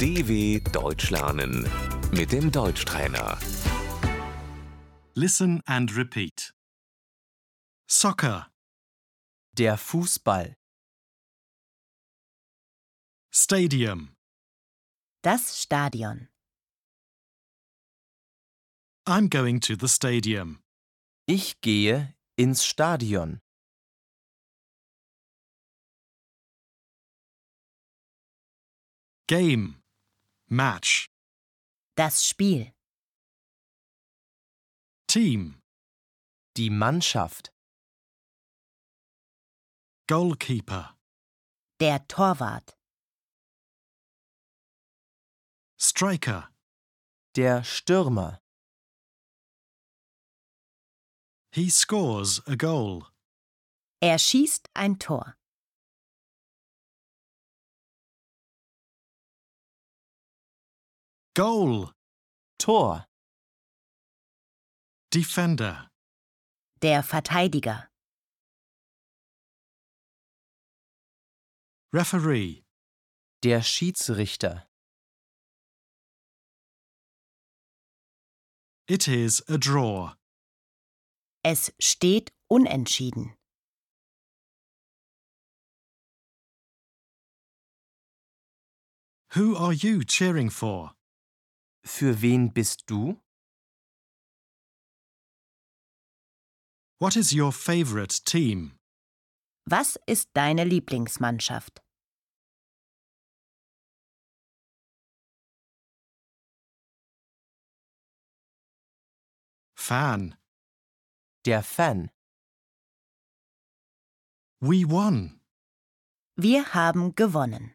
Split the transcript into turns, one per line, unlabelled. DW Deutsch lernen mit dem Deutschtrainer.
Listen and repeat. Soccer,
Der Fußball.
stadium,
Das Stadion.
I'm going to the stadium.
Ich gehe ins Stadion.
Game, match,
Das Spiel.
team,
Die Mannschaft.
goalkeeper,
Der Torwart.
striker,
Der Stürmer.
he scores a goal,
Er schießt ein Tor.
goal,
Tor.
defender,
Der Verteidiger.
referee,
Der Schiedsrichter.
it is a draw.
Es steht unentschieden.
Who are you cheering for?
Für wen bist du?
What is your favorite team?
Was ist deine Lieblingsmannschaft?
Fan,
Der Fan.
we won.
Wir haben gewonnen.